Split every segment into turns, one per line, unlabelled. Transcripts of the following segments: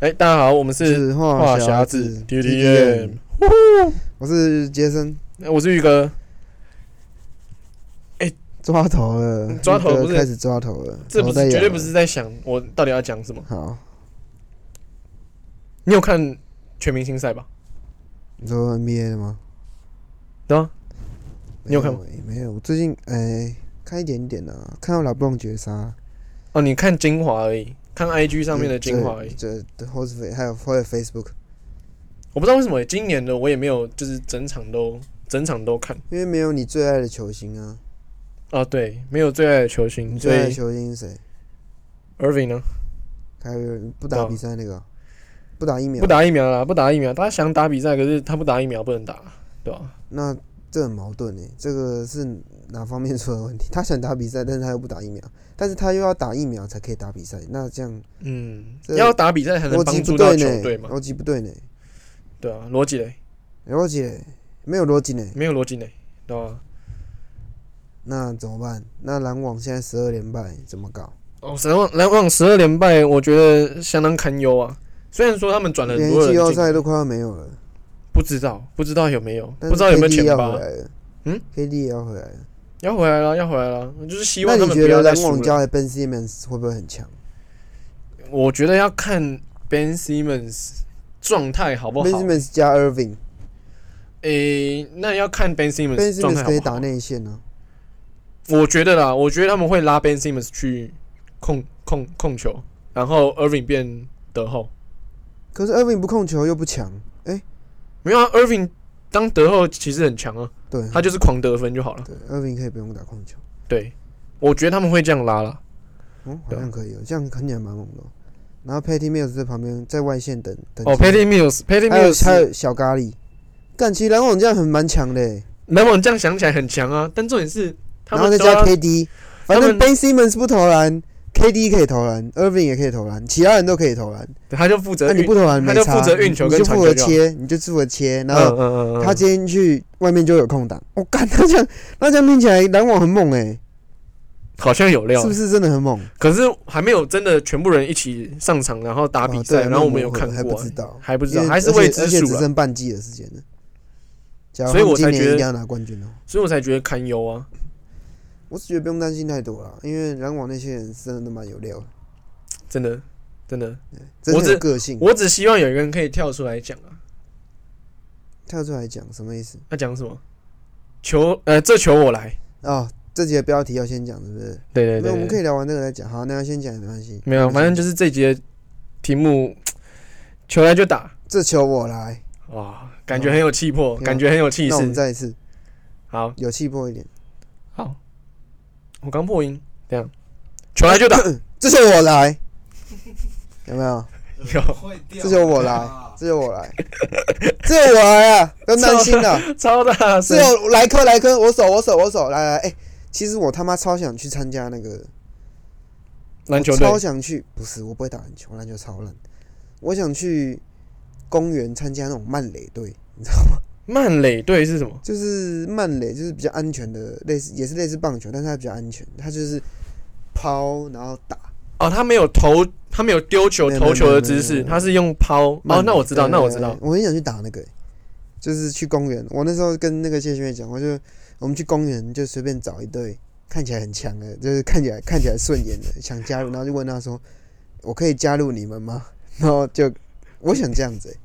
哎、大家好，我们是
是话
话
匣
匣
子
子
TTM，
TTM，
我是杰森，
哎我是玉哥，
抓头了，
嗯抓头
一个
不是
开始抓头了，
这不
头在
是绝对
痒
不
了
是在想我到底要讲什么。
好。
你有看全明星赛吧？
你说 NBA 的吗？
对啊，你有
没
看吗？
没有，我最近哎看一点点啊，看到老布朗绝杀
哦，你看精华而已，看 IG 上面的精华而已。
这这或嗯是 fa- 还有或者 Facebook，
我不知道为什么今年的我也没有，就是整场都整场都看
因为没有你最爱的球星啊，
啊。对，没有最爱的球
你
星，所
最爱的
以
球星是谁？
Irving 呢
凯瑞不
对
打
啊
比赛那个啊，不打疫苗啊
不，打疫苗啦，不打疫苗，他想打比赛，可是他不打疫苗不能打，啊对吧、
那这很矛盾呢。这个是哪方面出了问题？他想打比赛，但是他又不打疫苗，但是他又要打疫苗才可以打比赛，那这样
嗯，
这
要打比赛才能
逻辑
帮助
不
到
对
球队
呢，
嘛。
逻辑不对呢，
对啊，逻辑嘞，
逻辑嘞没有逻辑呢，
没有逻辑嘞，对吧、
那怎么办？那篮网现在十二连败，怎么搞？
哦，篮网篮网十二连败，我觉得相当堪忧啊。虽然说他们转了很
连
多人
季后
进，
赛都快要没有了，
不知道不知道有没有，不
但
知
是
道有没有
KD
前
要
八
回，来了，
嗯
，KD 也要回来了。
要回来了，要回来了，就是希
那
望他
你
们
觉
不
得
要再
篮
输
网
了。
加了 Ben Simmons 会不会很强
我觉得要看 Ben Simmons 状态好不好
？Ben。Simmons 加 Irving，Ben
诶、那要看 Ben Simmons 状态
Simmons
好
可以
不
打
好。
内线啊呢，
我觉得啦，我觉得他们会拉 Ben Simmons 去控控控球，然后 Irving 变德后。
可是 Irving 不控球又不强，
没有啊，Irving 当德后其实很强啊，
对，
他就是狂得分就好了。
对 Irving 可以不用打控球，
对，我觉得他们会这样拉啦。
哦，好
对啊
像可以哦，这样看起来蛮猛的哦。然后 Patty Mills 在旁边在外线等等
哦
机会
，Patty Mills，Patty
还有还
Mills，
有小咖喱，干其实篮网这样很蛮强的欸，
篮网这样想起来很强啊，但重点是他
然后
们
再
都要
加 KD，反
他
正
们
Ben Simmons 不投篮，KD 可以投篮，Irving 也可以投篮，其他人都可以投篮，
他就负责
那
运
你不投篮没
他就
差，
负责运球
你
跟
就
传
负
球
责
就好
切，你就负责切，然
嗯
后
嗯嗯，
他接进去外面就有空档，我干， 他这样那这样听起来篮网很猛哎，
好像有料
是，不是真的很猛？
可是还没有真的全部人一起上场，然后打
啊
比
对
赛，然后我们有
那
看
还
过
不
啊
知，道，
还不知
因
道，
为
还是
而且
未知
而且
数
只
了，
剩半季的时间了。假如
所以
他们
我才
今年
觉得
一定要拿冠军哦。
所以我才觉得堪忧啊。
我是觉得不用担心太多了，因为篮网那些人真的都蛮有料的，
真的，真
嗯
的，
真
我
的
只
有个性。
我只希望有一个人可以跳出来讲啊，
跳出来讲什么意思？
他讲什么？球，呃，这球我来。
哦，这集的标题要先讲是不是？
对对
那
对，
我们可
以
以聊完这个再讲。好，那要先讲也没关系。
没有，反正就是这节题目，球来就打。
这球我来。
哇，感觉很有气魄，
嗯
感觉很有气
那我们
势。
再一次
好
有气魄一点。
好，我刚破音，这样球来就 打。
这球我来，有没有？
有
会掉
这球我来，这球我来，这球我来啊！不用担心 啦。
超大
是
声，
哦有来颗来颗，我手我手我手来来哎、其实我他妈超想去参加那个
篮球
我
队
超想去，不是我不会打篮球，我篮球超烂。我想去公园参加那种慢垒队，
曼垒队是什么？
就是慢垒，就是比较安全的，类似也是类似棒球，但是它比较安全，它就是抛然后打。
哦，他没有投，他没有丢球
没有
投球的姿
没有没
势，
有
他是用抛。
慢
哦
垒，
那我知道，
对
那我
对
知道
对。我很想去打那个、欸就是去公园。我那时候跟那个谢学妹讲，我就我们去公园就随便找一对看起来很强的，就是看起来看起来顺眼的，想加入，然后就问他说：“我可以加入你们吗？”然后就我想这样子、欸，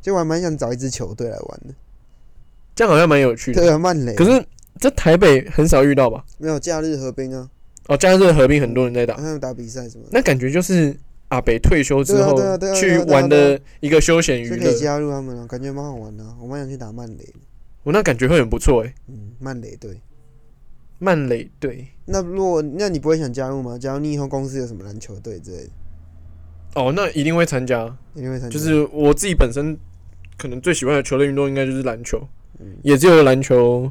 就我还蛮想找一支球队来玩的。
这样好像蛮有趣的。
对啊，曼雷。
可是在台北很少遇到吧？
没有假日合兵啊，
哦，加上这个合并很多人在打，
还有打比赛什么的，
那感觉就是阿北退休之
嗯对啊
后
对啊对啊对
去
啊对啊
玩
对
的一个休闲
就
娱
可
乐
以。加入他们了、感觉蛮好玩的、啊。我蛮想去打曼雷的，
我哦那感觉会很不错诶，
嗯，曼雷队。
曼垒队。
那如果那你不会想加入吗？假如你以后公司有什么篮球队之类的，
哦，那一定会参加。
你会参加？
就是我自己本身可能最喜欢的球类运动应该就是篮球，
嗯
也只有篮球，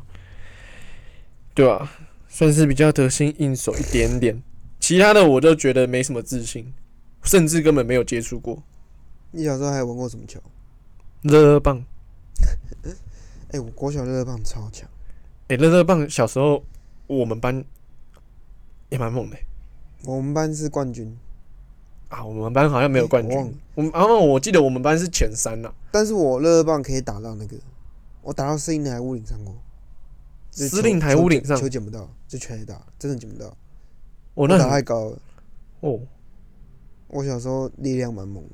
对吧、算是比较得心应手一点 点，其他的我就觉得没什么自信，甚至根本没有接触过
你小时候还有玩过什么球？
热热棒。
哎、我国小热热棒超强，
诶，热热棒小时候我们班也蛮猛的、
我们班是冠军，
啊，我们班好像没有冠
我忘了
军，我们啊，我记得我们班是前三啊呐，
但是我乐乐棒可以打到那个，我打到司令台屋顶上过，就是球
司令台屋顶上
球，球捡不到，就全垒打，真的捡不到，
我
我
那
打
很
太高了。
哦，
我小时候力量蛮猛的，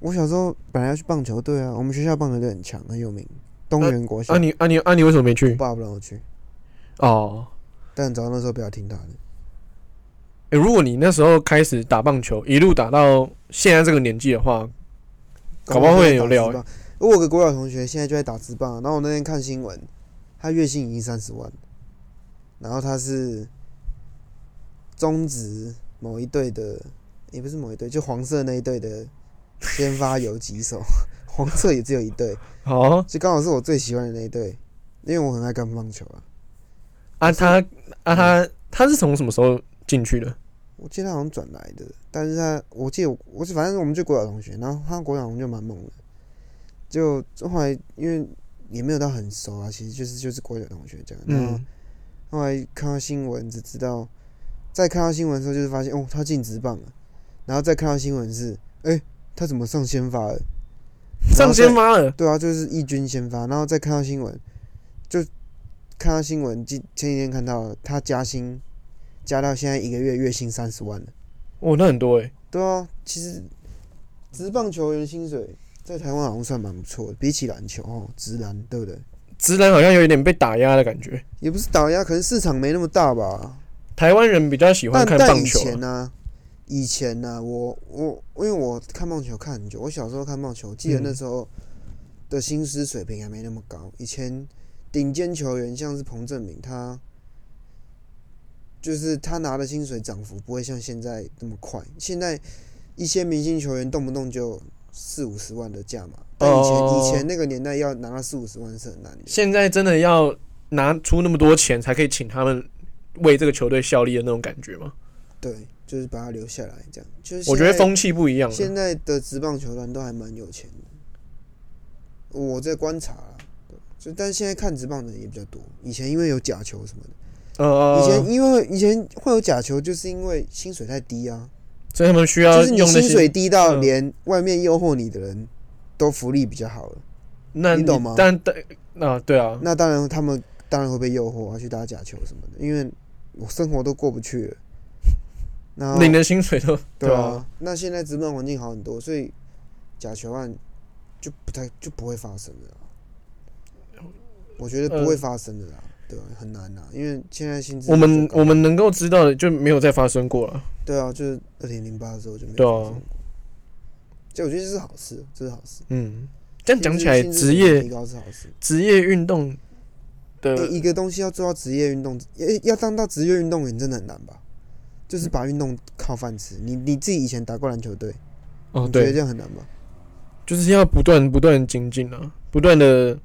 我小时候本来要去棒球队啊，我们学校棒球队很强，很有名，东元国小，
啊你啊你啊你为什么没去
我？爸不让我去，
哦，
但你知道那时候不要听他的，
诶，如果你那时候开始打棒球，一路打到现在这个年纪的话，搞不好会很有料欸
搞不好现在打职棒。我有个国小同学现在就在打职棒，然后我那天看新闻，他月薪已经三十万，然后他是中职某一队的，也不是某一队，就黄色那一队的先发游击手， 黄色也只有一队，
好、哦、
就刚好是我最喜欢的那一队，因为我很爱看棒球啊。
啊，他啊他他是从什么时候进去的？
我记得他好像转来的，但是他我记得我我是反正我们就国小同学，然后他国小同学就蛮猛的，就后来因为也没有到很熟啊，其实就是就是国小同学这样。然后
嗯，
后来看到新闻只知道，在看到新闻的时候就是发现哦他进职棒了，然后再看到新闻是哎、他怎么上先发了？
上先发了，
对啊，就是一军先发，然后再看到新闻，就看到新闻，今前几天看到了他加薪，加到现在一个月月薪三十万了。
哦，那很多诶。
对啊，其实职棒球员薪水在台湾好像算蛮不错的，比起篮球哦，直篮对不对？
直男好像有一点被打压的感觉。
也不是打压，可能市场没那么大吧。
台湾人比较喜欢
但
看
但
棒
以
球啊、
前呢、以前呢、我我因为我看棒球看很久，我小时候看棒球，我记得
嗯
那时候的薪资水平还没那么高。以前顶尖球员像是彭正明，他就是他拿的薪水涨幅不会像现在那么快。现在一些明星球员动不动就四五十万的价码，但以前、
哦
以前那个年代要拿到四五十万是很难的。
现在真的要拿出那么多钱才可以请他们为这个球队效力的那种感觉吗？
对，就是把他留下来这样。就是
我觉得
现在
风气不一样啊了。
现在的职棒球团都还蛮有钱的，我在观察啦。对就但现在看职棒的人也比较多，以前因为有假球什么的，
呃
以，前因为以前会有假球，就是因为薪水太低啊，
所以他们需要
就是你
呃用那
薪
些
水，低到
嗯
连外面诱惑你的人都福利比较好了，
那
你懂吗
但但啊，对啊，
那当然他们当然会被诱惑啊去打假球什么的，因为我生活都过不去了。那
领的薪水都
啊对
啊
啊，，那现在职棒环境好很多，所以假球案就不太就不会发生了啊。我觉得不会发生的啦，对啊？很难啊，因为现在薪资
呃我
比
们
较高
我们能够知道的就没有再发生过了。
对啊，就是二零零八的时候就没有
对
发
啊
生过。就我觉得这是好事，这是好事。
嗯，这样讲起来，
薪
职
资薪资
业呃
提高是好事。
职业运动的
欸一个东西要做到职业运动，要要当到职业运动员真的很难吧？就是把运动靠饭吃。你你自己以前打过篮球队，
哦，
你觉得
对
这，样很难吗？
就是要不断不断精进啊，不断的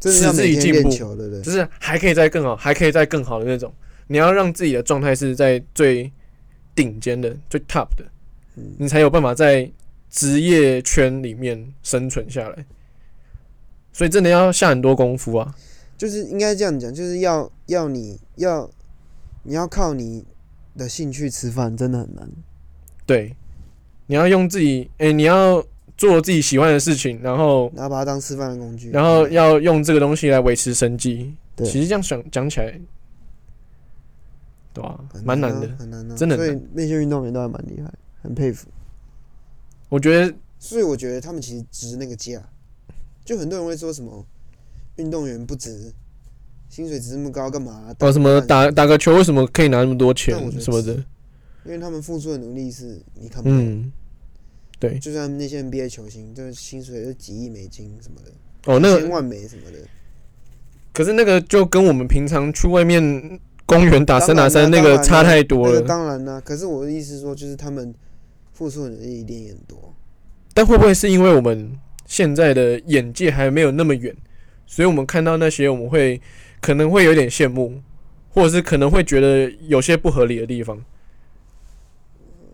真的
持
要
之
每
以
天
进
练
步
球，对不对？
就是还可以再更好，还可以再更好的那种。你要让自己的状态是在最顶尖的、最 top 的，
嗯
你才有办法在职业圈里面生存下来。所以真的要下很多功夫啊！
就是应该这样讲，就是要要你要你要靠你的兴趣吃饭，真的很难。
对，你要用自己，诶、你要做自己喜欢的事情，然后
然后把它当吃饭的工具，
然后
对
要用这个东西来维持生计。
对
其实这样想讲起来，对吧、
很
蛮
难
难
啊
的。
很难的，
真的很
所以那些运动员都还蛮厉害，很佩服。
我觉得
所以我觉得他们其实值那个价。就很多人会说什么运动员不值，薪水值那么高干嘛、
哦，什么
打
打打个球为什么可以拿那么多钱
但我觉得
什么的？
因为他们付出的努力是你看不到的。
嗯，对，
就算那些 NBA 球星，就是薪水就几亿美金什么的，
哦，那
千
个
万美什么的，
可是那个就跟我们平常去外面公园打三
当然
打
啊
三那
当
个
然啊
差太多
那个
了。
当然啦、可是我的意思是说，就是他们付出的努力一定也很多。
但会不会是因为我们现在的眼界还没有那么远，所以我们看到那些我们会可能会有点羡慕，或者是可能会觉得有些不合理的地方。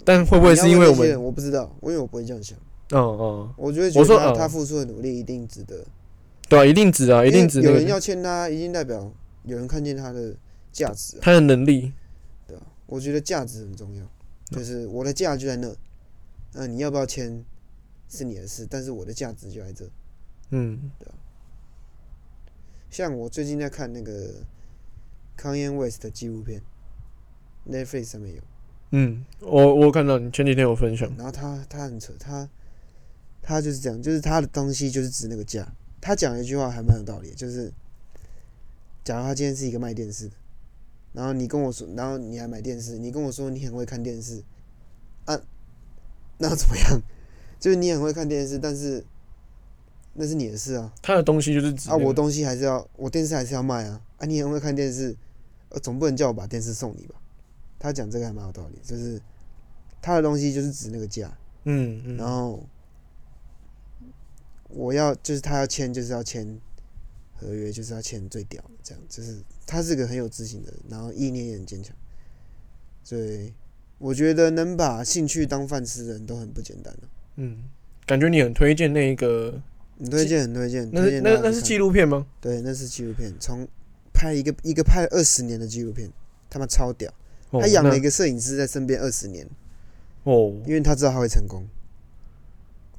但会不会是因为我
你要问这些
们
人？我不知道，因为我不会这样想。
哦哦，
我就会
我
觉
说
得他
嗯
他付出的努力一定值得，
对啊，一定值啊，一定值
因
那
为有人
个
要签他，一定代表有人看见他的价值啊。
他的能力。
我觉得价值很重要，就是我的价就在那，呃，你要不要签是你的事，但是我的价值就在这。
嗯，
像我最近在看那个 Kanye West 的纪录片，Netflix 上面有。
嗯，我我有看到你前几天有分享，
然后他他很扯，他他就是这样，就是他的东西就是值那个价。他讲了一句话还蛮有道理的，就是假如他今天是一个卖电视的，然后你跟我说，然后你还买电视，你跟我说你很会看电视，啊，那怎么样？就是你很会看电视，但是那是你的事啊，
他的东西就是指
啊，我
都
东西还是要，我电视还是要卖啊，啊，你很会看电视，呃，总不能叫我把电视送你吧？他讲这个还蛮有道理，就是他的东西就是值那个价，
嗯嗯，
然后我要就是他要签就是要签合约，就是要签最屌的，这样就是他是个很有自信的人，然后意念也很坚强，所以我觉得能把兴趣当饭吃的人都很不简单啊了、
嗯，感觉你很推荐那一个，
很推荐，很推荐，
那
推
是
荐
那
大家
那
去
是
看
纪录片吗？
对，那是纪录片，从拍一个一个拍二十年的纪录片，他妈超屌。
哦
他养了
那
一个摄影师在身边二十年，
哦，
因为他知道他会成功，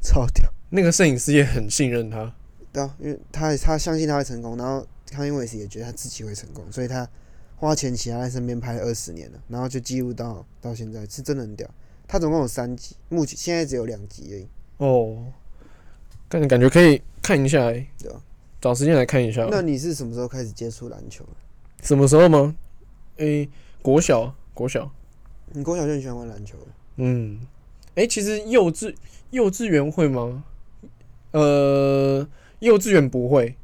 超屌。
那个摄影师也很信任他，
对啊，因为他他相信他会成功，然后康因维斯也觉得他自己会成功，所以他花钱请他在身边拍了二十年了，然后就记录到到现在，是真的很屌。他总共有三集，目前现在只有两集而已。
哦，感感觉可以看一下、欸，
对啊
找时间来看一下、
那你是什么时候开始接触篮球的？
什么时候吗？诶、国小，国小，
你国小就很喜欢玩篮球了，
嗯，诶、其实幼稚幼稚园会吗？呃，幼稚园不会，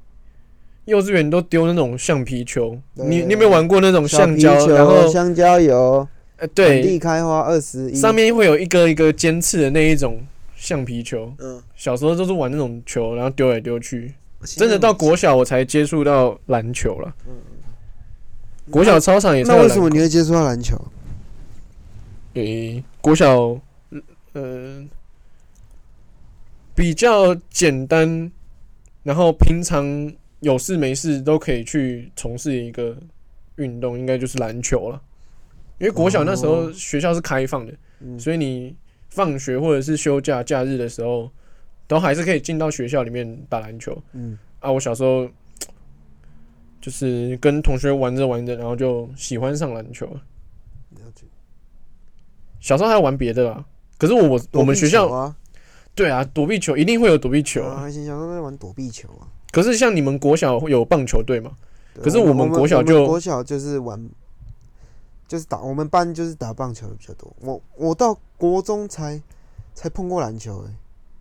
幼稚园都丢那种橡皮球。
对
你你有没有玩过那种橡胶？
小皮球
然后
香蕉油，
呃，
满
对
地，开花二十一，
上面会有一个一个尖刺的那一种橡皮球。
嗯，
小时候都是玩那种球，然后丢来丢去。真的到国小我才接触到篮球了。国小操场也才
那
有
为
篮
什么你会接触到篮球？
诶、国小，嗯、呃，比较简单，然后平常有事没事都可以去从事一个运动，应该就是篮球了。因为国小那时候
哦
学校是开放的，
嗯
所以你放学或者是休假、假日的时候，都还是可以进到学校里面打篮球。
嗯，
啊，我小时候就是跟同学玩着玩着，然后就喜欢上篮球了。
了解。
小时候还玩别的啦，可是我我我们学
躲避球
校
啊，
对啊，躲避球一定会有躲避球啊。
啊，以前小时候在玩躲避球啊。
可是像你们国小会有棒球队嘛？
对
可是
我
我们
我
国小
我们
就
国小就是玩，就是打我们班就是打棒球的比较多。我我到国中才才碰过篮球、欸，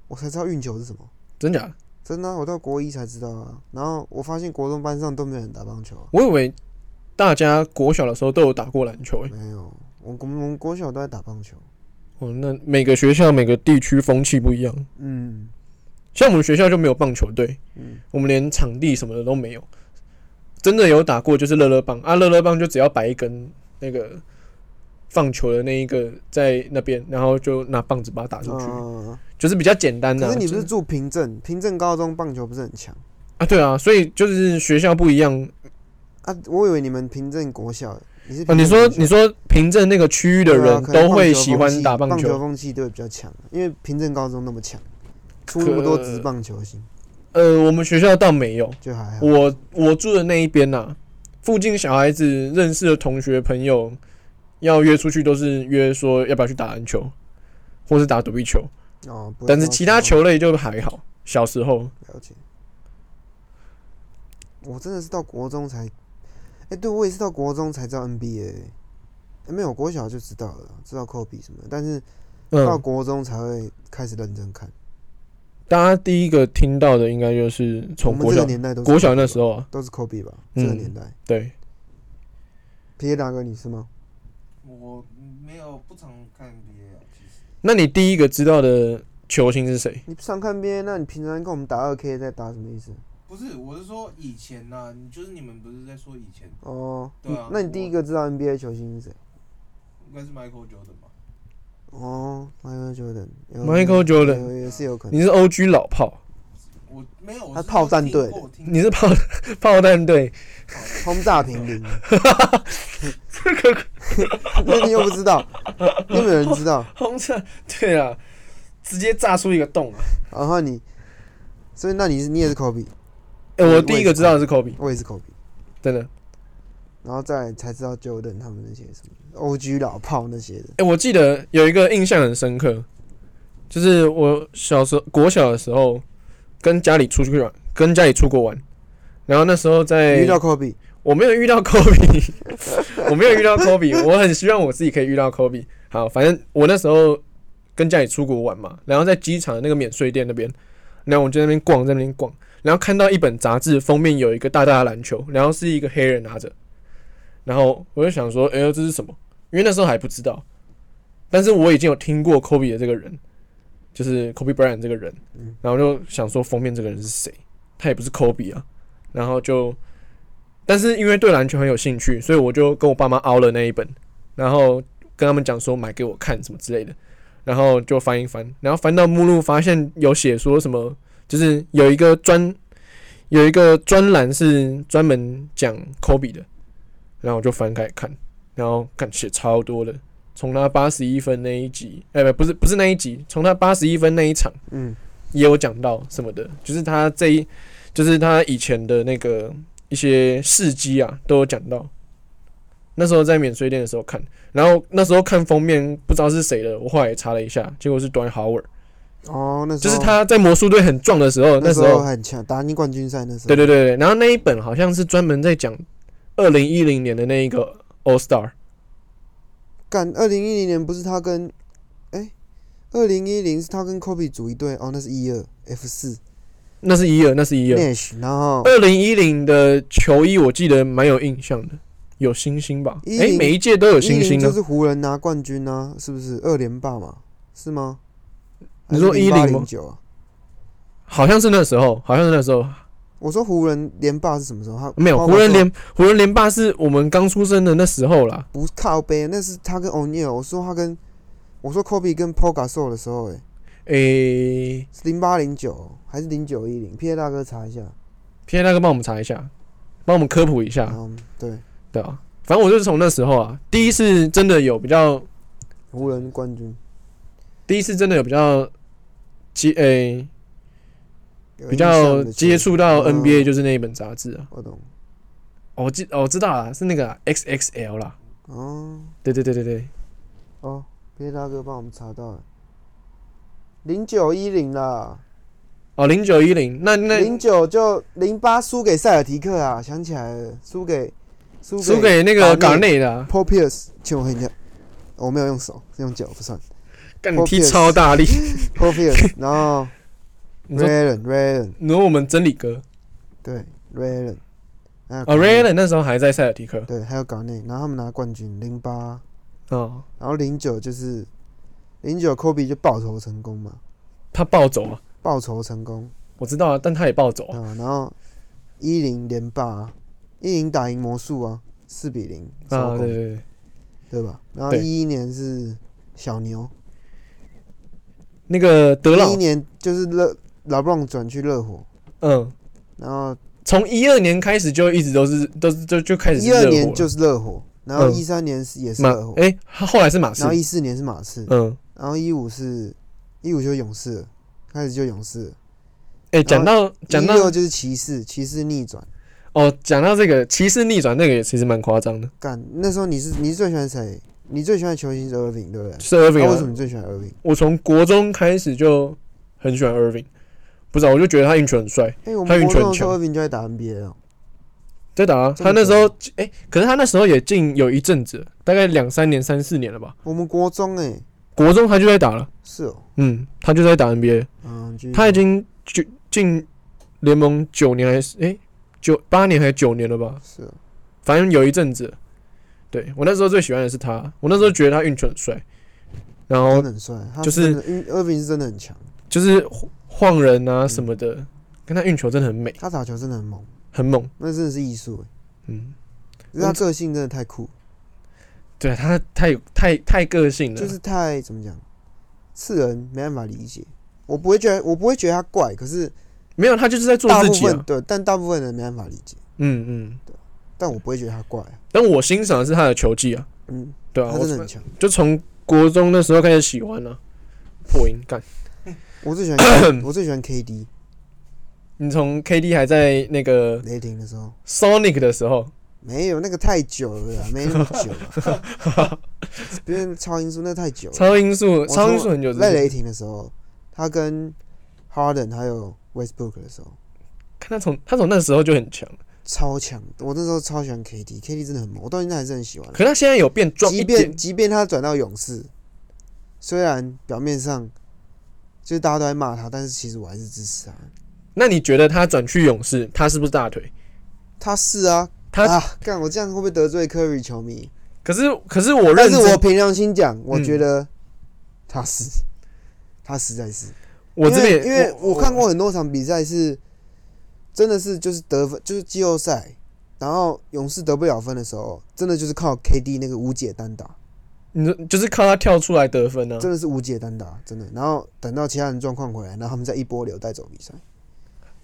我才知道运球是什么。
真假的？
真的啊、我到国一才知道啊。然后我发现国中班上都没有人打棒球啊、
我以为大家国小的时候都有打过篮球、欸。
没有。我我们我们国小都在打棒球。
哦，那每个学校每个地区风气不一样，
嗯，
像我们学校就没有棒球队，
嗯
我们连场地什么的都没有。真的有打过就是乐乐棒啊，乐乐棒就只要摆一根那个放球的那一个在那边，然后就拿棒子把它打出去，
呃，
就是比较简单的、啊。
可是你不
就是
住平镇，平镇高中棒球不是很强
啊，对啊，所以就是学校不一样
啊？我以为你们平镇国小，欸你是
啊。
平
你
镇
说
国小
你说凭证那个区域的
对啊
人
可
都
能
会
棒球
喜
风
欢
气
打棒
球
球，
风气都会比较强，因为平镇高中那么强，出那么多职棒球星
呃，我们学校倒没有。
就还好。
我我住的那一边呐、啊附近小孩子认识的同学朋友要约出去，都是约说要不要去打篮球，或是打躲避球。
哦，不会
但是
到
其他
这么
球类就还好。小时候，
了解。我真的是到国中才，哎、对我也是到国中才知道 NBA，、诶没有国小就知道了，知道科比什么的，但是到
嗯，
国中才会开始认真看。
大家第一个听到的应该就是
我
从
们
国
这个
小
年代都是
国小那
Kobe
时候啊
吧，都是科比吧，这个
嗯
年代。
对，
皮耶大哥，你是吗？
我没有不常看 NBA 啊，其实
那你第一个知道的球星是谁？
你不想看 NBA，那你平常跟我们打二 K 在打什么意思？
不是，我是说以前呐、你就是你们不是在说以前，
哦，
对啊
你那你第一个知道 NBA 球星是谁？
应该是 Michael Jordan 吧？
哦，Michael Jordan 有。
Michael Jordan
有也是有可
你
能。
是 OG 老炮，
我没有，我
他
是
炮战队的
听过听过
你是炮 炮弹队，
轰炸平 民。 那你又不知道，又没有人知道。
轰炸对啊，直接炸出一个洞啊！
然后你，所以那你是你也是科比，
哎、我第一个知道的是科比，
我也是科比，
真的。
然后再来才知道 Jordan 他们那些什么 OG 老炮那些的。
哎、我记得有一个印象很深刻，就是我小时候国小的时候，跟家里出去玩，跟家里出国玩，然后那时候在
你遇到科比，
我没有遇到 Kobe，我没有遇到 Kobe，我很希望我自己可以遇到 Kobe。好，反正我那时候跟家里出国玩嘛，然后在机场的那个免税店那边，然后我就在那边逛，在那边逛，然后看到一本杂志封面有一个大大的篮球，然后是一个黑人拿着，然后我就想说，哎、呦，这是什么？因为那时候还不知道，但是我已经有听过 Kobe 的这个人，就是 Kobe Bryant 这个人
嗯，
然后就想说封面这个人是谁？他也不是 Kobe 啊，然后就。但是因为对篮球很有兴趣，所以我就跟我爸妈熬了那一本，然后跟他们讲说买给我看什么之类的，然后就翻一翻，然后翻到目录发现有写说什么，就是有一个专有一个专栏是专门讲 Kobe 的，然后我就翻开看，然后看写超多的，从他八十一分那一集，哎、不不是不是那一集，从他八十一分那一场
嗯，
也有讲到什么的，就是他这一就是他以前的那个一些事迹啊，都有讲到。那时候在免税店的时候看，然后那时候看封面不知道是谁的，我后来也查了一下，结果是 d w a n Howard，
哦，那时
就
候
是他在魔术队很壮的时候，那
那
时
时
候
候很强，打进冠军赛那时候。
对对对对，然后那一本好像是专门在讲二零一零年的那一个 All Star，
干，二零一零年不是他跟，哎、2二零一零是他跟 Kobe 组一队，哦，那是一二 F 四
那是一二，那是一二。
Nash，然后
二零一零的球衣我记得蛮有印象的，有星星吧？
10
诶，每一届都有星
10
星
就
啊。
是湖人拿冠军啊，是不是二连霸嘛？是吗？
你说10
零
吗
零九啊？
好像是那时候，好像是那时候
我说湖人连霸是什么时候？他
哦没有
包
湖
括
人
说
联湖人联霸是我们刚出生的那时候啦。
不靠背，那是他跟 O'Neal，我说他跟我说 Kobe 跟 p o g a s o 的时候、哎，
诶、
是零八零九还是零九一零？P A 大哥查一下。
啊偏大哥帮我们查一下，帮我们科普一下，
嗯，对，
对啊，反正我就是从那时候啊，第一次真的有比较，
湖人冠军，
第一次真的有比较接诶、
有
比
印
较
象的
接
球
触到
嗯
NBA 就是那一本杂志啊。
我懂。
哦，我记哦，我知道啦，是那个啊 XXL 啦。
哦
对对对对对，
哦，别大哥帮我们查到了，零九一零啦，
哦，零九一零，那那
零九就零八输给塞尔提克啊，想起来了，输给输给
输给那个
打
港
内
内的、啊，
Paul Pierce，请我喝饮料。我没有用手，是用脚 不算。
干你踢超大力。
Paul Pierce，然后
你说，
Raylan Raylan
你说我们真理哥
对 Raylan，啊
哦 r a y l a n 那时候还在塞尔提克
对，还有港内，然后他们拿冠军零八，
哦，
然后零九就是零九 Kobe 就报仇成功嘛，
他暴走啊，
报仇成功。
我知道啊，但他也暴走啊。
啊，然后一零连霸、啊，一零打赢魔术啊，四比零收
啊，
工
对，对对，
对吧？然后
对
一一年是小牛，
那个德
一一
朗，
年就是热老布朗转去热火，
嗯，
然后
从一二年开始就一直都是都是就就开始是
一
热
二
火
年
了
就是热火，然后
嗯
一三年是也是
马
热火，
哎，他后来是马刺
然后，一四年是马刺，
嗯，
然后一五是一五就勇士了，开始就勇士了，
哎，讲到讲
一
到
六就是骑士，骑士逆转。
哦，讲到这个骑士逆转，那个也其实蛮夸张的，
干，那时候你是你是最喜欢谁？你最喜欢的球星是 Irving 对不对？
就是 Irving，、
那、
啊、
为什么你最喜欢 Irving？
我从国中开始就很喜欢 Irving，不知道我就觉得他运球很帅，
哎、我
他
们
运
国
球
中
很
的时候
强
Irving 就在打 NBA 了。
在打、啊、
这
他
么
那时候哎、可是他那时候也进有一阵子，大概两三年、三四年了吧。
我们国中哎、
国中他就在打了，
是哦，
嗯，他就在打 NBA，
嗯，继续
他已经就进联盟九年还是哎九八年还是九年了吧，
是哦，
反正有一阵子。对我那时候最喜欢的是他，我那时候觉得他运球很帅，然后
真的很帅，他
就是
真的 Irving 是真的很强，
就是晃人啊什么的，跟他运球真的很美，
他打球真的很猛，
很猛，
那真的是艺术
嗯。
哎，因为他个性真的太酷，
对他太有太太个性了，
就是太怎么讲，世人没办法理解。我不会觉得我不会觉得他怪，可是
没有他就是在做
大
自
部
己、
分
啊。
对，但大部分人没办法理解，
嗯嗯，
但我不会觉得他怪啊，
但我欣赏的是他的球技啊，
嗯，
对啊，
他
我
真的很强，
就从国中那时候开始喜欢了、啊破音干。
我最喜欢我最喜欢 KD
你从 KD 还在那个
雷霆的时候，
Sonic 的时候，
没有那个太久了啦，啊没那么久了， 别人超音速那太久了。
超音速，
我从
超音速很久之
在
前，
雷霆的时候，他跟 Harden 还有 Westbrook 的时候
看他从他从那时候就很强，
超强，我那时候超喜欢 KD，KD 真的很猛，我到现在还是很喜欢。
可是他现在有变壮一
即便
点，
即便他转到勇士，虽然表面上就是大家都在骂他，但是其实我还是支持他。
那你觉得他转去勇士，他是不是大腿？
他是啊，
他
啊，干我这样会不会得罪 Curry 球迷？
可是可是我认
但是
真，
我凭良心讲，我
嗯
觉得他是，他实在是。
我这边
因为因为我看过很多场比赛是，真的是就是得分就是季后赛，然后勇士得不了分的时候，真的就是靠 KD 那个无解单打，
你说就是靠他跳出来得分啊呢、
真的是无解单打，真的。然后等到其他人状况回来，然后他们再一波流带走比赛。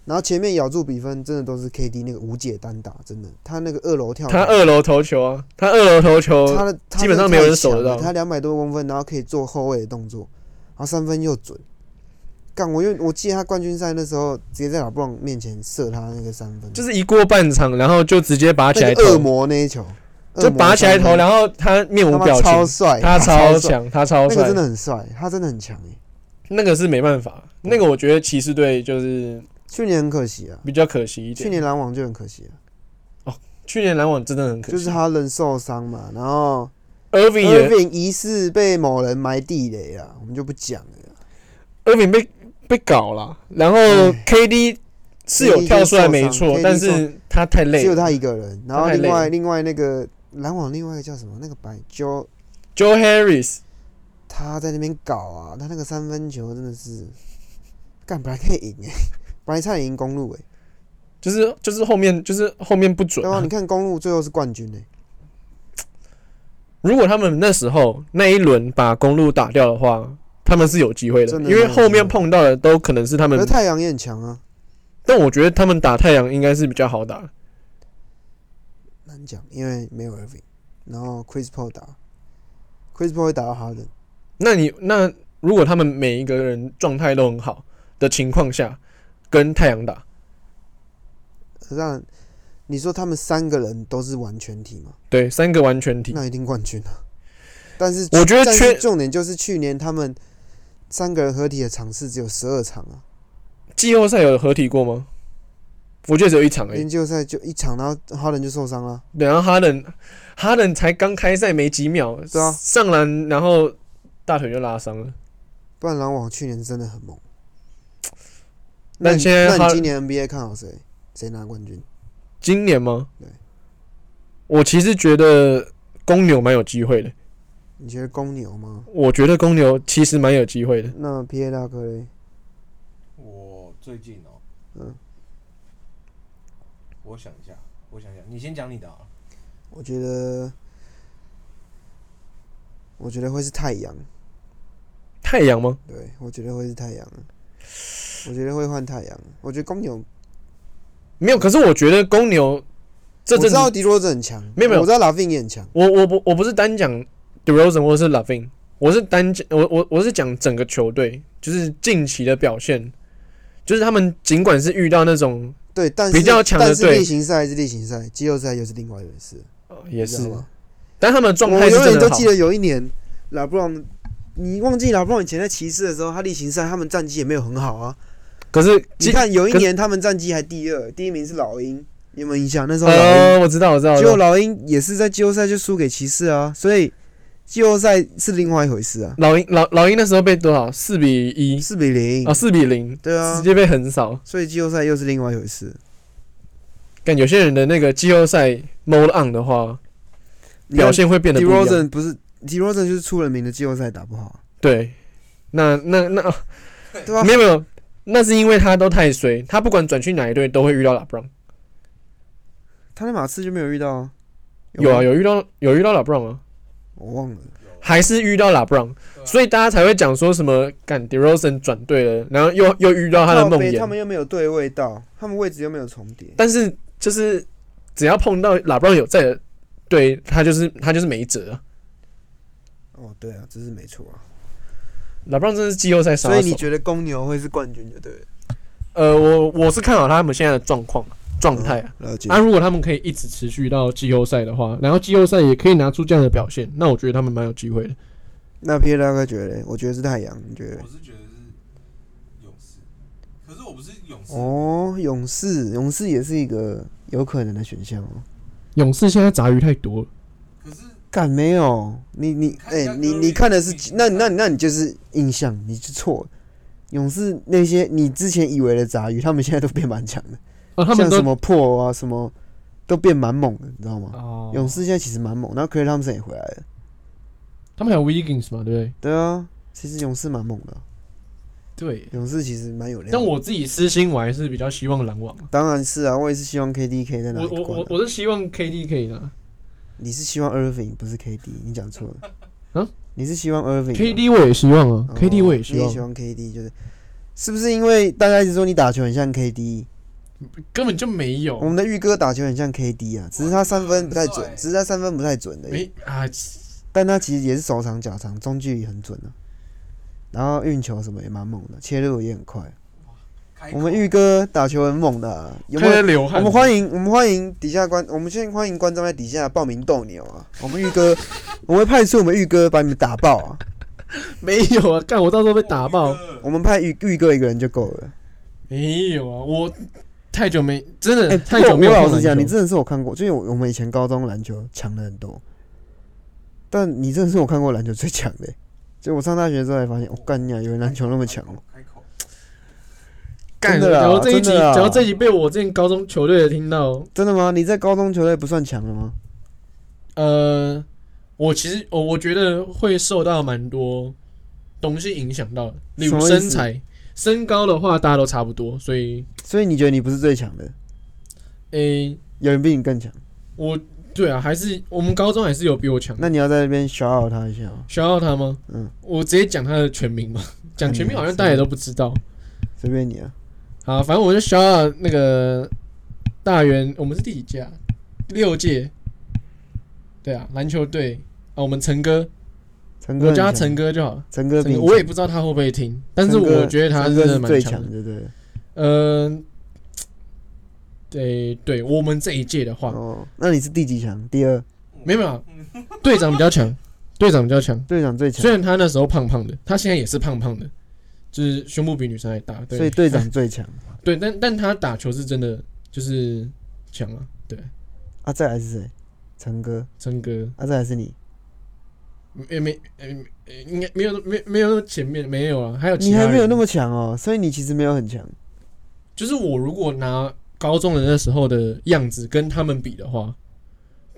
然后前面咬住比分，真的都是 KD 那个无解单打，真的，他那个二楼跳投，
他二楼投球啊，他二楼投球，
他的他
基本上
真的
没有人
太
守得
强了
到
他两百多公分，然后可以做后卫的动作，然后三分又准。干，我因为我记得他冠军赛那时候，直接在老布朗面前射他那个三分，
就是一过半场，然后就直接拔起来
那个恶
投，
魔那一球，
就拔起来投，
后
然后他面无表
超
情，
帅，
他超
超，
强，他超
那个
帅
真，的很帅，他真的很强欸诶。
那个是没办法，那个我觉得骑士队就是
去年很可惜啊，
比较可惜一点。
去年篮网就很可惜啊，
去年篮网真的很可惜，
就是他人受伤嘛，然后
Irving 也
Irving 疑似被某人埋地雷啊，我们就不讲了。
Irving 被被搞了，然后
唉
KD 是有跳出来没错
KD，
但是他太累
只有
了。
他一个人，然后
他太累
另外
了
另外那个篮网另外一个叫什么那个白 Joe，
Joe Harris
他在那边搞啊，他那个三分球真的是，干本来可以赢哎、 本来差点赢公路哎、
就是就是后面就是后面不准
对啊，
啊、
你看公路最后是冠军 哎、
如果他们那时候那一轮把公路打掉的话，他们是有机会的，
真的
因为
没有
后面碰到的都可能是他
可
们
是。太阳也很强啊，
但我觉得他们打太阳应该是比较好打的。
难讲，因为没有 Irving，然后 Chris Paul 打，Chris Paul 会打到哈登，
那你那如果他们每一个人状态都很好的情况下，跟太阳打，
让你说他们三个人都是完全体嘛，
对，三个完全体，
那一定冠军啊。但是
我觉得
但是
缺
重点就是去年他们三个人合体的场次只有十二场啊。
季后赛有合体过吗？我觉得只有一场而已
连。季后赛就一场，然后哈登就受伤了。
对然后哈登，哈登才刚开赛没几秒，
对啊
上篮然后大腿就拉伤了。
不然篮网去年真的很猛。
但
你
现在
那
哈
你今年 NBA 看好谁？谁拿冠军？
今年吗？
对，
我其实觉得公牛蛮有机会的。
你觉得公牛吗？
我觉得公牛其实蛮有机会的。
那 PA 大哥嘞？
我最近哦，
嗯，
我想一下，我想一下，你先讲你的啊。
我觉得，我觉得会是太阳。
太阳吗？
对，我觉得会是太阳。我觉得会换太阳。我觉得公牛，
没有，可是我觉得公牛这
我
阵
知
子，
道迪罗兹很强，
没有没有
我知道拉菲也很强。
我我不我不是单讲 d e r o z e n 或是 l a v i n 我是单讲我我我是讲整个球队，就是近期的表现，就是他们尽管是遇到那种
对，但是
比较强的
但是
队
例行赛是例行赛，季后赛又是另外一回事。
呃也
你知
是
道，吗？
但他们的状
我
态是
永
真
远
的
都
好
记。得有一年，拉布朗，你忘记拉布朗以前在骑士的时候，他例行赛他们战绩也没有很好啊。
可是
你
今
看有一
可是
年他们战绩还第二，第一名是老鹰，你有没有印象？那时候老鹰，
呃，我知道，我知道，我
结
知
果
道
老鹰也是在季后赛就输给骑士啊，所以季后赛是另外一回事啊，
老鹰老老鹰那时候被多少？四比一
四比零
啊，，四比零，
对啊
直，接被横扫。
所以季后赛又是另外一回事。
但有些人的那个季后赛 mode on 的话，
你看
表现会变得
d
不
e r o
一
z e
样。
n 不是 d e r o z e n 就是出了名的季后赛打不好，啊
对，那那那、啊
对吧
没？有没有，那是因为他都太衰，他不管转去哪一队都会遇到拉布朗。
他在马刺就没有遇到啊，
有
吗
啊，，有遇到有遇到拉布朗啊，
我忘了。
还是遇到拉布朗，所以大家才会讲说什么干 d e r o z e n 转队了，然后又又遇到他的
靠
梦
北
魇
他。们又没有对位到，他们位置又没有重叠。
但是就是只要碰到拉布朗有在的队，他就是他就是没辙啊。
哦，对啊，这是没错啊。
拉布朗真的是季后赛杀手。
所以你觉得公牛会是冠军就对了，
呃，我我是看好他们现在的状况状态啊。
了解
那、如果他们可以一直持续到季后赛的话，然后季后赛也可以拿出这样的表现，那我觉得他们蛮有机会的。
那 P 大哥觉得嘞，我觉得是太阳，你觉得嘞？
我是觉得是勇士，可是我不是勇士，
哦，勇士，勇士也是一个有可能的选项哦。
勇士现在杂鱼太多了，
可是
干没有，你你
看
哎、
一下
你
Curry
你看的是
的比赛
那那那你就是印象，你是错了。勇士那些你之前以为的杂鱼，他们现在都变蛮强的，
啊，他们
像
都
什么破啊什么，都变蛮猛的，你知道吗？
哦，
勇士现在其实蛮猛，然后 Clay Thompson 也回来了，
他们还有 Wiggins 嘛，对不对？
对啊，其实勇士蛮猛的，
对。
勇士其实蛮有料的。
但我自己私心，我还是比较希望篮网。
当然是啊，我也是希望 KD 可以在哪
我
里
我
冠
我
啊、
我是希望 KD 可以拿
你是希望 Irving 不是 KD，你讲错了。
啊？
你是希望 Irving 吗
KD，我也希望啊
哦
，KD 我也
你
希
也
望
喜，欢 KD，就是是不是因为大家一直说你打球很像 KD？
根本就没有
我们的玉哥打球很像 KD 啊，只是他三分不太准
哇，
只是他三分不太准的，
没啊，
但他其实也是手长脚长，中距离很准啊。然后运球什么也蛮猛的，切入也很快。
开口
我们玉哥打球很猛的、啊，有没
哎看在
有？
流汗。
我们欢迎我们欢迎底下观，我们先欢迎观众在底下报名斗牛啊！我们玉哥， 我们会派出我们玉哥把你们打爆啊！
没有啊，干我到时候被打爆。
我们派玉玉哥一个人就够了。
没有啊，我太久没真的、
哎、
太久没有
我
碰
老实
篮
讲，
球
你真的是我看过，就是我我们以前高中篮球强了很多，但你真的是我看过篮球最强的、就我上大学之后才发现，我、干你啊，有人篮球那么强哦、
开口，
干
真的啦啊
然后这一集，
真的啦
然后这一集被我之前高中球队的听到，
真的吗？你在高中球队不算强了吗？
呃，我其实哦我我觉得会受到蛮多东西影响到的，例
什
如
么意思
身材、身高的话，大家都差不多，所以
所以你觉得你不是最强的，
诶、
有人比你更强，
我对啊，还是我们高中还是有比我强。
那你要在那边 shout out 他一下、哦，
需要他吗？
嗯，
我直接讲他的全名嘛，讲全名好像大家也都不知道。
随便你啊。
好，反正我就想要那个大元，我们是第几届啊？六届。对啊，篮球队啊，我们陈哥，
陈哥
我
很
叫
强，
他陈哥就好了。
陈哥
陈
比
哥
你
我也
强
不知道他会不会听，但是
陈哥
我觉得他真
陈哥
的
是
蛮
最
强的。
的，对了。
嗯、对对，我们这一届的话，
哦，那你是第几强？第二，
没有没有，队长比较强，队长比较强。
队长最强
虽，然他那时候胖胖的，他现在也是胖胖的，就是胸部比女生还大。对
所以队长最强
对，但但他打球是真的就是强啊，对，
啊。再来是谁？陈哥
陈哥
啊，再来是你。
没没呃呃应该没有没没有那么前面没有啊，还有其
你
他
还没有
人
那么强哦，所以你其实没有很强。
就是我如果拿高中的那时候的样子跟他们比的话，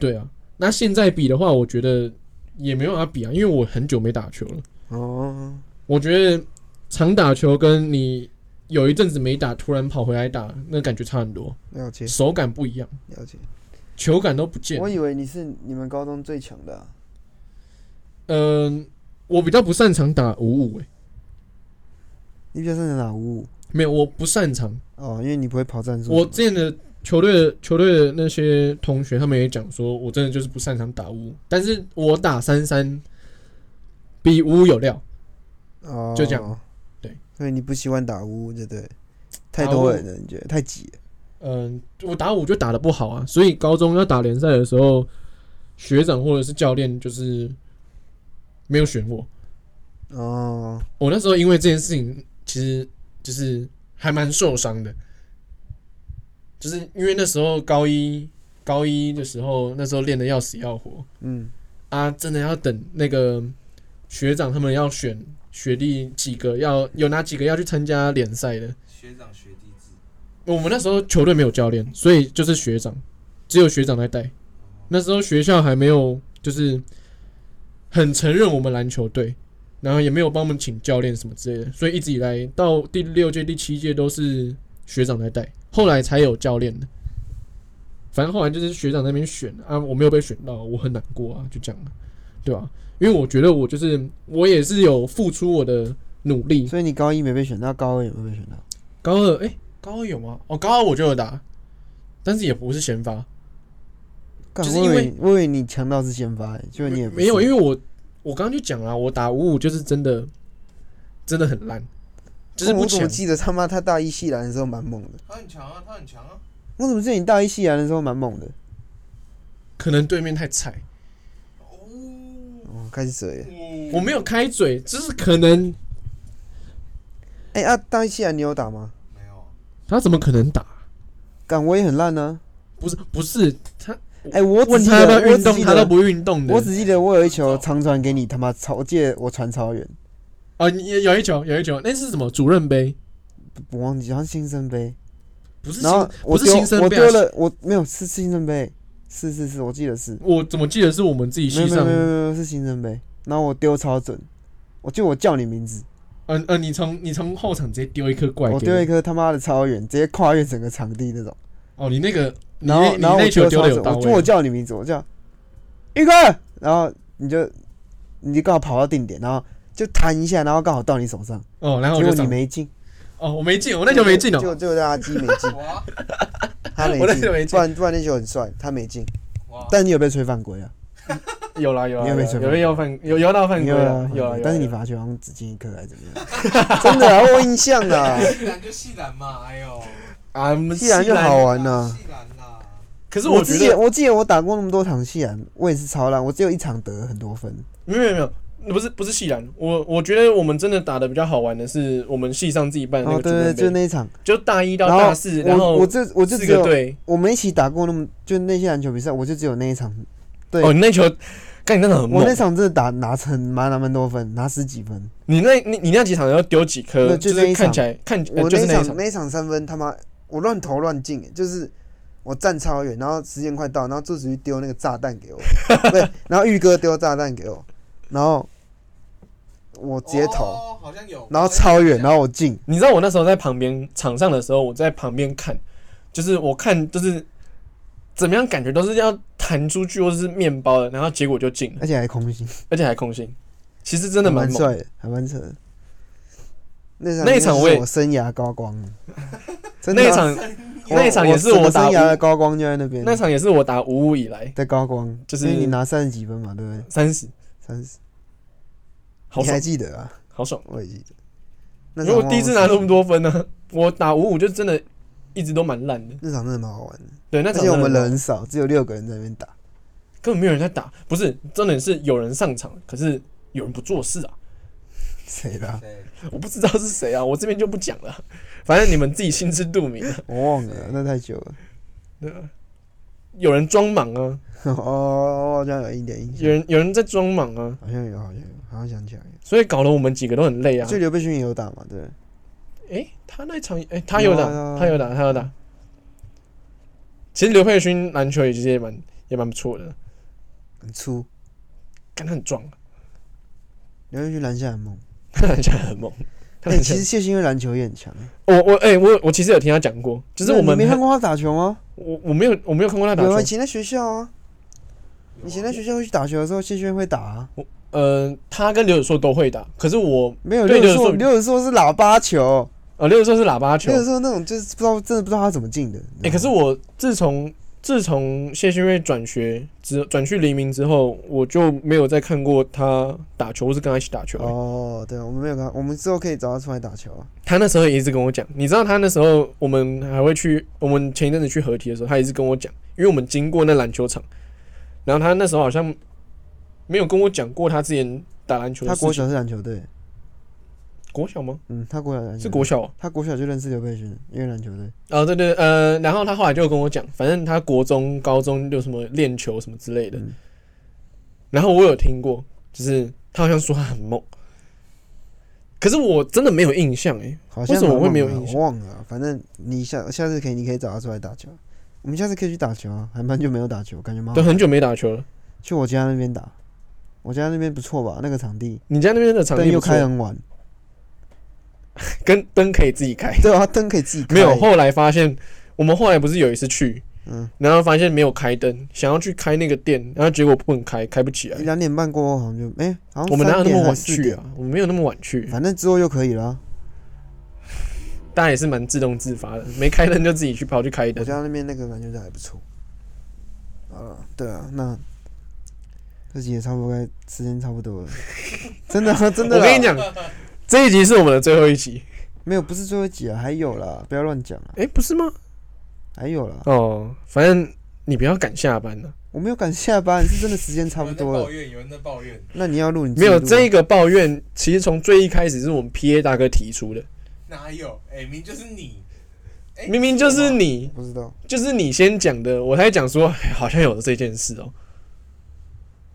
对啊，那现在比的话，我觉得也没办法比啊，因为我很久没打球了，
哦，
我觉得常打球跟你有一阵子没打，突然跑回来打，那感觉差很多，
了解
手感不一样，
了解。
球感都不见了。
我以为你是你们高中最强的啊、
嗯、我比较不擅长打五五诶，
你比较擅长打五五
没有，我不擅长。
哦，因为你不会跑战术。
我之前的球队的球队的那些同学，他们也讲说，我真的就是不擅长打五，但是我打三三比五有料，
哦，
就这样。对，
所以你不喜欢打五五，对不对？太
打五
多
五
人了，你觉得太挤了。
嗯、我打五就打的不好啊，所以高中要打联赛的时候，学长或者是教练就是没有选我，
哦，
我那时候因为这件事情，其实就是还蛮受伤的，就是因为那时候高一高一的时候，那时候练的要死要活，
嗯，
啊，真的要等那个学长他们要选学弟几个，要有哪几个要去参加联赛的。
学长学弟制，
我们那时候球队没有教练，所以就是学长，只有学长来带。那时候学校还没有就是很承认我们篮球队，然后也没有帮我们请教练什么之类的，所以一直以来到第六届、第七届都是学长来带，后来才有教练的。反正后来就是学长那边选啊，我没有被选到，我很难过啊，就这样，对吧、因为我觉得我就是我也是有付出我的努力，
所以你高一没被选到，高二也没被选到。
高二，哎、高二有吗？哦，高二我就有打，但是也不是先发，
干
就是
我以
因为
为我以为你强到是先发、欸，结果你也不
没有，
是
啊因为我我刚刚就讲了，我打五五就是真的真的很烂，就是不
我怎么
强。
记得他妈他大一系篮的时候蛮猛的？
他很强啊，他很强啊。
我怎么记得你大一系篮的时候蛮猛的？
可能对面太菜，
哦，
哦，开始水了。
我没有开嘴，就是可能
哎、啊，大一系篮你有打吗？
没有啊，
他怎么可能打？
敢我也很烂呢、
不是不是，他
啊。哎、我只
问
记
他要
得
不要
我
运
只
动，
记
他都
得
不运动的。
我只记得我有一球长传给你，他妈超，我记得我传超远，
哦，你有一球，有一球，那是什么主任杯？
我忘记好像是新生杯。
不是
然
新
后，
不
我
是
丢
新生
我
杯
丢
啊
了，我没有是是新生杯，是是是，我记得是，
我怎么记得是我们自己
没有
系
没
上
有没？有没有是新生杯。然后我丢超准，我记得我叫你名字，
嗯嗯，你从你从后场直接丢一颗怪
我
给
丢一
我。
颗他妈的超远，直接跨越整个场地那种。
哦，你那个，你那
然后
你
然后
那
我
球
丢
丢
超
的
准
有到，
我就我
位。啊
叫你名字，我叫玉哥，然后你就你就刚好跑到定点，然后就弹一下，然后刚好到你手上，
哦，然后
结
我就
果你
长。
没进，
哦，我没进，我那球没进
就
哦。
就他鸡没进，
哇
他 没
我那球没
进，
进
不然不然那球很帅，他没进，
哇，
但你有被吹犯规啊？
有啦有
你有没吹吗
要犯啊有要到
你有被吹犯规但是你
罚
罚球好像只进一颗还是怎么样？ 真的啊，我有印象啊，
细篮就细篮嘛，哎呦，
啊，我们
既然
西
就
兰
好玩呐。
细篮啦，
可是
我
我
记
觉
得
得
我记得我打过那么多场戏啊，我也是超烂，我只有一场得很多分。
没有没有没有，不是不是系篮，我我觉得我们真的打的比较好玩的是我们系上自己办的
哦，
那
对
个
对，
主
就
任杯，
那一场，
就大一到
然后
大四，然
我
后
我这我就
四
只
个
有
队。
我们一起打过那么就那些篮球比赛，我就只有那一场，对
哦，你那球，干你那场很
我
猛
那，场真的打拿成拿拿蛮多分，拿十几分。
你那你你那几场要丢几颗，
那就那
是
一
看
场
起来看呃
我
就是
一
那一
场
场，
那一场三分他妈我乱投乱进，欸就是我站超远，然后时间快到，然后周子瑜丢那个炸弹 给我，对，然后玉哥丢炸弹给我，然后我直接投，
哦，好像有，
然后超远，然
后
后我进，
你知道我那时候在旁边场上的时候，我在旁边看，就是我看就是怎么样感觉都是要弹出去或者是面包的，然后结果就进了，
而且还空心，
而且还空心，其实真的蛮
哦蛮
猛。
帅的，还蛮扯的。那场
那一
那
场我
我
也
我生涯 高光了，真的
那一
啊
场
我
那一场也是
我
我
整个生
打
涯的
五
高光就在那边，
那场也是我打五五以来
在高光，
就是
因为你拿三十几分嘛，对不对？
三十，
三十，
好
你还
爽
记得啊？
好爽，
我也记得。那
因
场
为我第一次拿
好
那
好
么多分呢、我打五五就真的一直都蛮烂的，
那场真的蛮好玩的，
对，那
而
场
且我们
真的很
人少，只有六个人在那边打。
根本没有人在打，不是重点是有人上场，可是有人不做事啊，
谁啦？
对，
我不知道是谁啊，我这边就不讲了，反正你们自己心知肚明、 啊。
我忘了，那太久了。
对啊，有人装莽啊，
哦，我好像有一点印
有
象，
人有人在装莽啊，
好像有，好像有，好像想起来了。
所以搞得我们几个都很累啊
就。刘备勋也有打嘛，对不对。
诶，他那场诶，他有打
有啊有，啊
他有打，他有打。其实刘佩勋篮球也其实也蛮也蛮不错的，
很粗。
看他很壮啊，
刘备勋篮下很猛，
他篮球很猛。他
哎、
篮球
其实谢欣威篮球也很强。
我我诶，我我其实有听他讲过，就是我
那
们
你没看
很
过他打球吗？
我我没有我没有看过他打
有啊，以
球，
前在学校啊，以前在学校会去打球的时候，谢欣威会打啊。
呃，他跟刘子硕都会打，可是我
没有
对
刘
刘
子
硕
硕，刘子硕是喇叭球。
呃刘子硕是喇叭球
那，个时候那种就是不知道，真的不知道他怎么进的。
哎、可是我自从自从谢欣瑞转学之转去黎明之后，我就没有再看过他打球，或是跟他一起打球了、
哦，对，我们没有跟他，我们之后可以找他出来打球啊。
他那时候也一直跟我讲，你知道他那时候我们还会去，我们前一阵子去合体的时候，他也是跟我讲，因为我们经过那篮球场，然后他那时候好像没有跟我讲过他之前打篮球的
他
事
国
情。
小是篮球队，
国小吗？
嗯，他国小篮球队
是国，小啊？
他国小就认识刘佩勋，因为篮球队。
哦，对对，呃，然后他后来就跟我讲，反正他国中、高中有什么练球什么之类的，
嗯
然后我有听过，就是他好像说他很猛，可是我真的没有印象欸诶。
好像
为什么
蛮
我会没有
猛的啊
印象
我忘了啊，反正你下下次可以，你可以找他出来打球。我们下次可以去打球啊，还蛮久没有打球，感觉蛮好
都。很久没打球了。
去我家那边打，我家那边不错吧？那个场地
你家那边的场
灯
地
又
不错
开很晚，
跟灯可以自己开，
对啊，灯可以自己开。
没有。后来发现，我们后来不是有一次去，
嗯
然后发现没有开灯，想要去开那个店，然后结果不能开，开不起来。
两点半过后好像就哎、好像
我们哪有
三
那
点
么
还
晚
是四
去
点，
啊？我们没有那么晚去，
反正之后就可以了啊、
大家也是蛮自动自发的，没开灯就自己去跑去开
我
灯。
家那边那个感觉还不错。好了，对啊，那 自己也差不多该时间差不多了，真的啊、真的、
我跟你，讲，这一集是我们的最后一集，
没有，不是最后一集啊，还有啦，不要乱讲啊，
哎、不是吗？
还有啦，
哦，反正你不要赶下班啊了、
我没有赶下班，是真的时间差不多
有人在抱
了。
怨，有人在抱怨。
那你要录你自
没
己
有
录啊
这一个抱怨，其实从最一开始是我们 P A 大哥提出的，
哪有？哎、明明就是你，哎
明明就是，啊你，
不知道，
就是你先讲的，我才讲说 哎好像有这件事哦、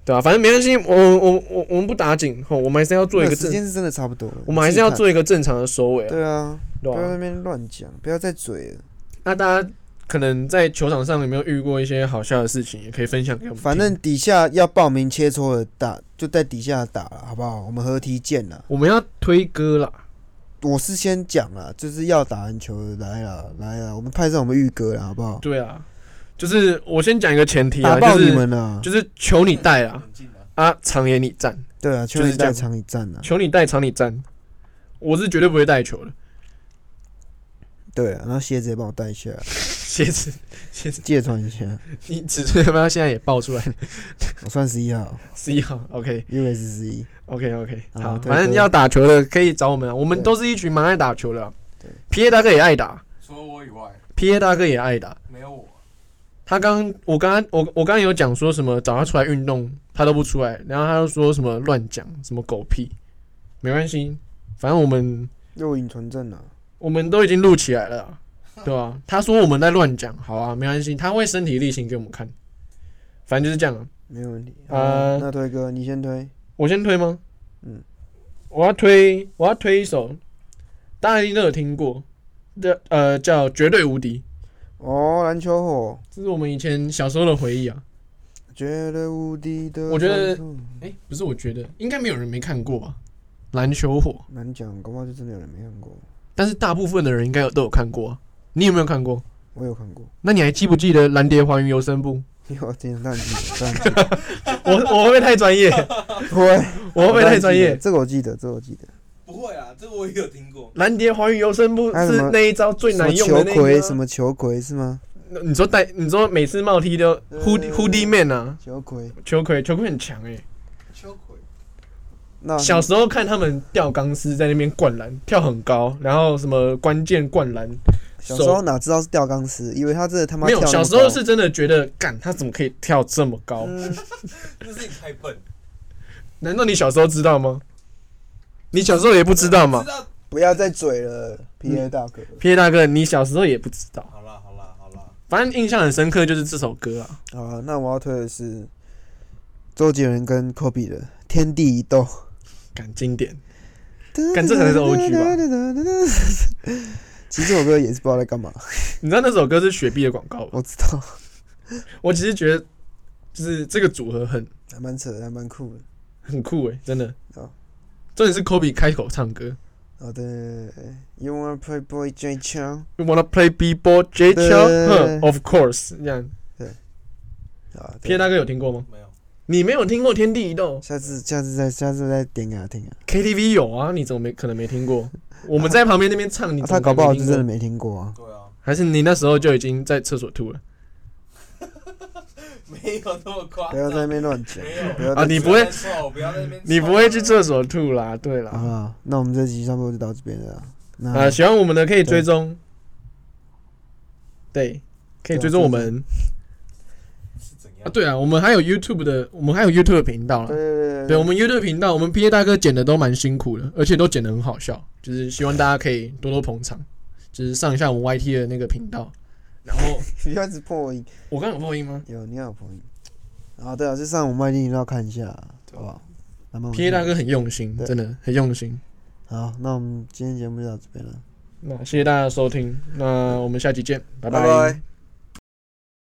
对啊，反正没关系，我我我我们不打紧吼，我们还是要做一
那
个
时
正，
间是真的差不多了。
我们还
自
是
己
要
看。
做一个正常的收尾啊，
对啊，
对
不要
吧、
在那边乱讲，不要再嘴了。
那大家可能在球场上有没有遇过一些好笑的事情，也可以分享给我们听。
反正底下要报名切磋的打，就在底下打了，好不好？我们合体见了。
我们要推歌啦，
我是先讲了，就是要打篮球的来了来了，我们派上我们玉哥了，好不好？
对啊，就是我先讲一个前提啊，
打爆
就
你
是
们了！
就是求你带啦，
很近啊。
啊，场也你站，
对啊，
就
就是是
这样
在场里站啊。
求你带场你站，我是绝对不会带球的，
对啊，然后鞋子也帮我带一下，
鞋子鞋子，
借穿一下。
你尺寸要不要现在也报出来？
我算十一号
十一号，OK
，US 十一。
OK OK，
好
好，
啊对
反正
对
要打球的可以找我们啊，我们
对
都是一群蛮爱打球的啊
对
，P A 大哥也爱打
除了我以外，
，P A 大哥也爱打。
没有我。
他刚，我刚刚，我我刚刚有讲说什么找他出来运动，他都不出来，然后他又说什么乱讲，什么狗屁，没关系，反正我们
又影存证啊了，
我们都已经录起来了啊，对吧、他说我们在乱讲，好啊，没关系，他会身体力行给我们看，反正就是这样啊。
没有问题。
啊
啊，那推哥你先推，
我先推吗？
嗯，
我要推，我要推一首，大家一定都有听过的，呃，叫《绝对无敌》，
哦，篮球火，
这是我们以前小时候的回忆啊。
绝对无敌的传说。
我觉得哎、不是，我觉得应该没有人没看过吧，《篮球火》。
难讲，搞不好就真的有人没看过。
但是大部分的人应该有都有看过、啊。你有没有看过？
我有看过，
那你还记不记得《蓝蝶还原游声部》
因为我经常记得，当然 记
我我会不会太专业？
得会，
我会不会太专
当然记
业
得？这个我记得，这个我记得。
不会啊，这个我也有听过。
蓝蝶还原游声部
还有
是
什么
那一招最难用
什
的
么
那
球
一个
魁，
啊
什？么球魁是吗？
你说带，你说每次帽踢都
对
hoodie hoodie man 啊，
球魁，
球魁球魁很强哎、
秋葵，
那
小时候看他们吊钢丝在那边灌篮，跳很高，然候什么关键灌篮，
小时候哪知道是吊钢丝，以为他真的他妈
没有
跳那
小
么
时候
高
是真的觉得干他怎么可以跳这么高？
嗯
那是你太笨。
难道你小时候知道吗？你小时候也不知道吗
知？道。
不要再嘴了，P
嗯
A 大哥。
P 大哥，你小时候也不知道，
好啦好啦好啦，
反正印象很深刻就是这首歌啊。
好啊，那我要推的是周杰伦跟 Kobe 的《天地一斗》。
感经典，干这才是 OG
吧？ 其实这首歌也是不知道在干嘛，
你知道那首歌是雪碧的广告吧？
我知道，
我只是觉得，就是这个组合很
还蛮扯的，还蛮酷的。
很酷诶、真的
好。
重点是 Kobe 开口唱歌
哦，对对对对对，You wanna play boy J 枪
，You wanna play b-ball J
对
Chow？哼，Of course，这样。
啊？
P
对，
大哥有听过吗？
没有。
你没有听过《天地一斗
下次下次再下次再点给他听啊。》
，KTV 有啊？你怎么没可能没听 过？我们在旁边那边唱，你
啊
怎
他
么可
搞
能
不好
没
就
听
真的
过
没听过啊。
对啊，
还是你那时候就已经在厕所吐了
没有那么夸
不要在
张。
那边乱讲
没有，
不要
啊
再
你不会
要再臭，不要在那边臭。
哦
你不会去厕所吐啦？对啦，
好了，啊那我们这集差不多就到这边了啊。那
啊，喜欢我们的可以追踪，对，可以追踪我们
是怎
啊。
样？
对啊，我们还有 YouTube 的，我们还有 YouTube 的频道
对
啦。
对
对，我们 YouTube 频道，我们 P A 大哥剪的都蛮辛苦的，而且都剪得很好笑，就是希望大家可以多多捧场，就是上一下我们 Y T 的那个频道。然后
不要一直破音。
我刚有破音吗
有，你要有朋友。啊，对啊，就上我麦丁一定要看一下，好不好？那么我们
？P A 大哥很用心，
对
真的很用心。
好，那我们今天节目就到这边了。
那谢谢大家的收听，那我们下期见，拜
拜拜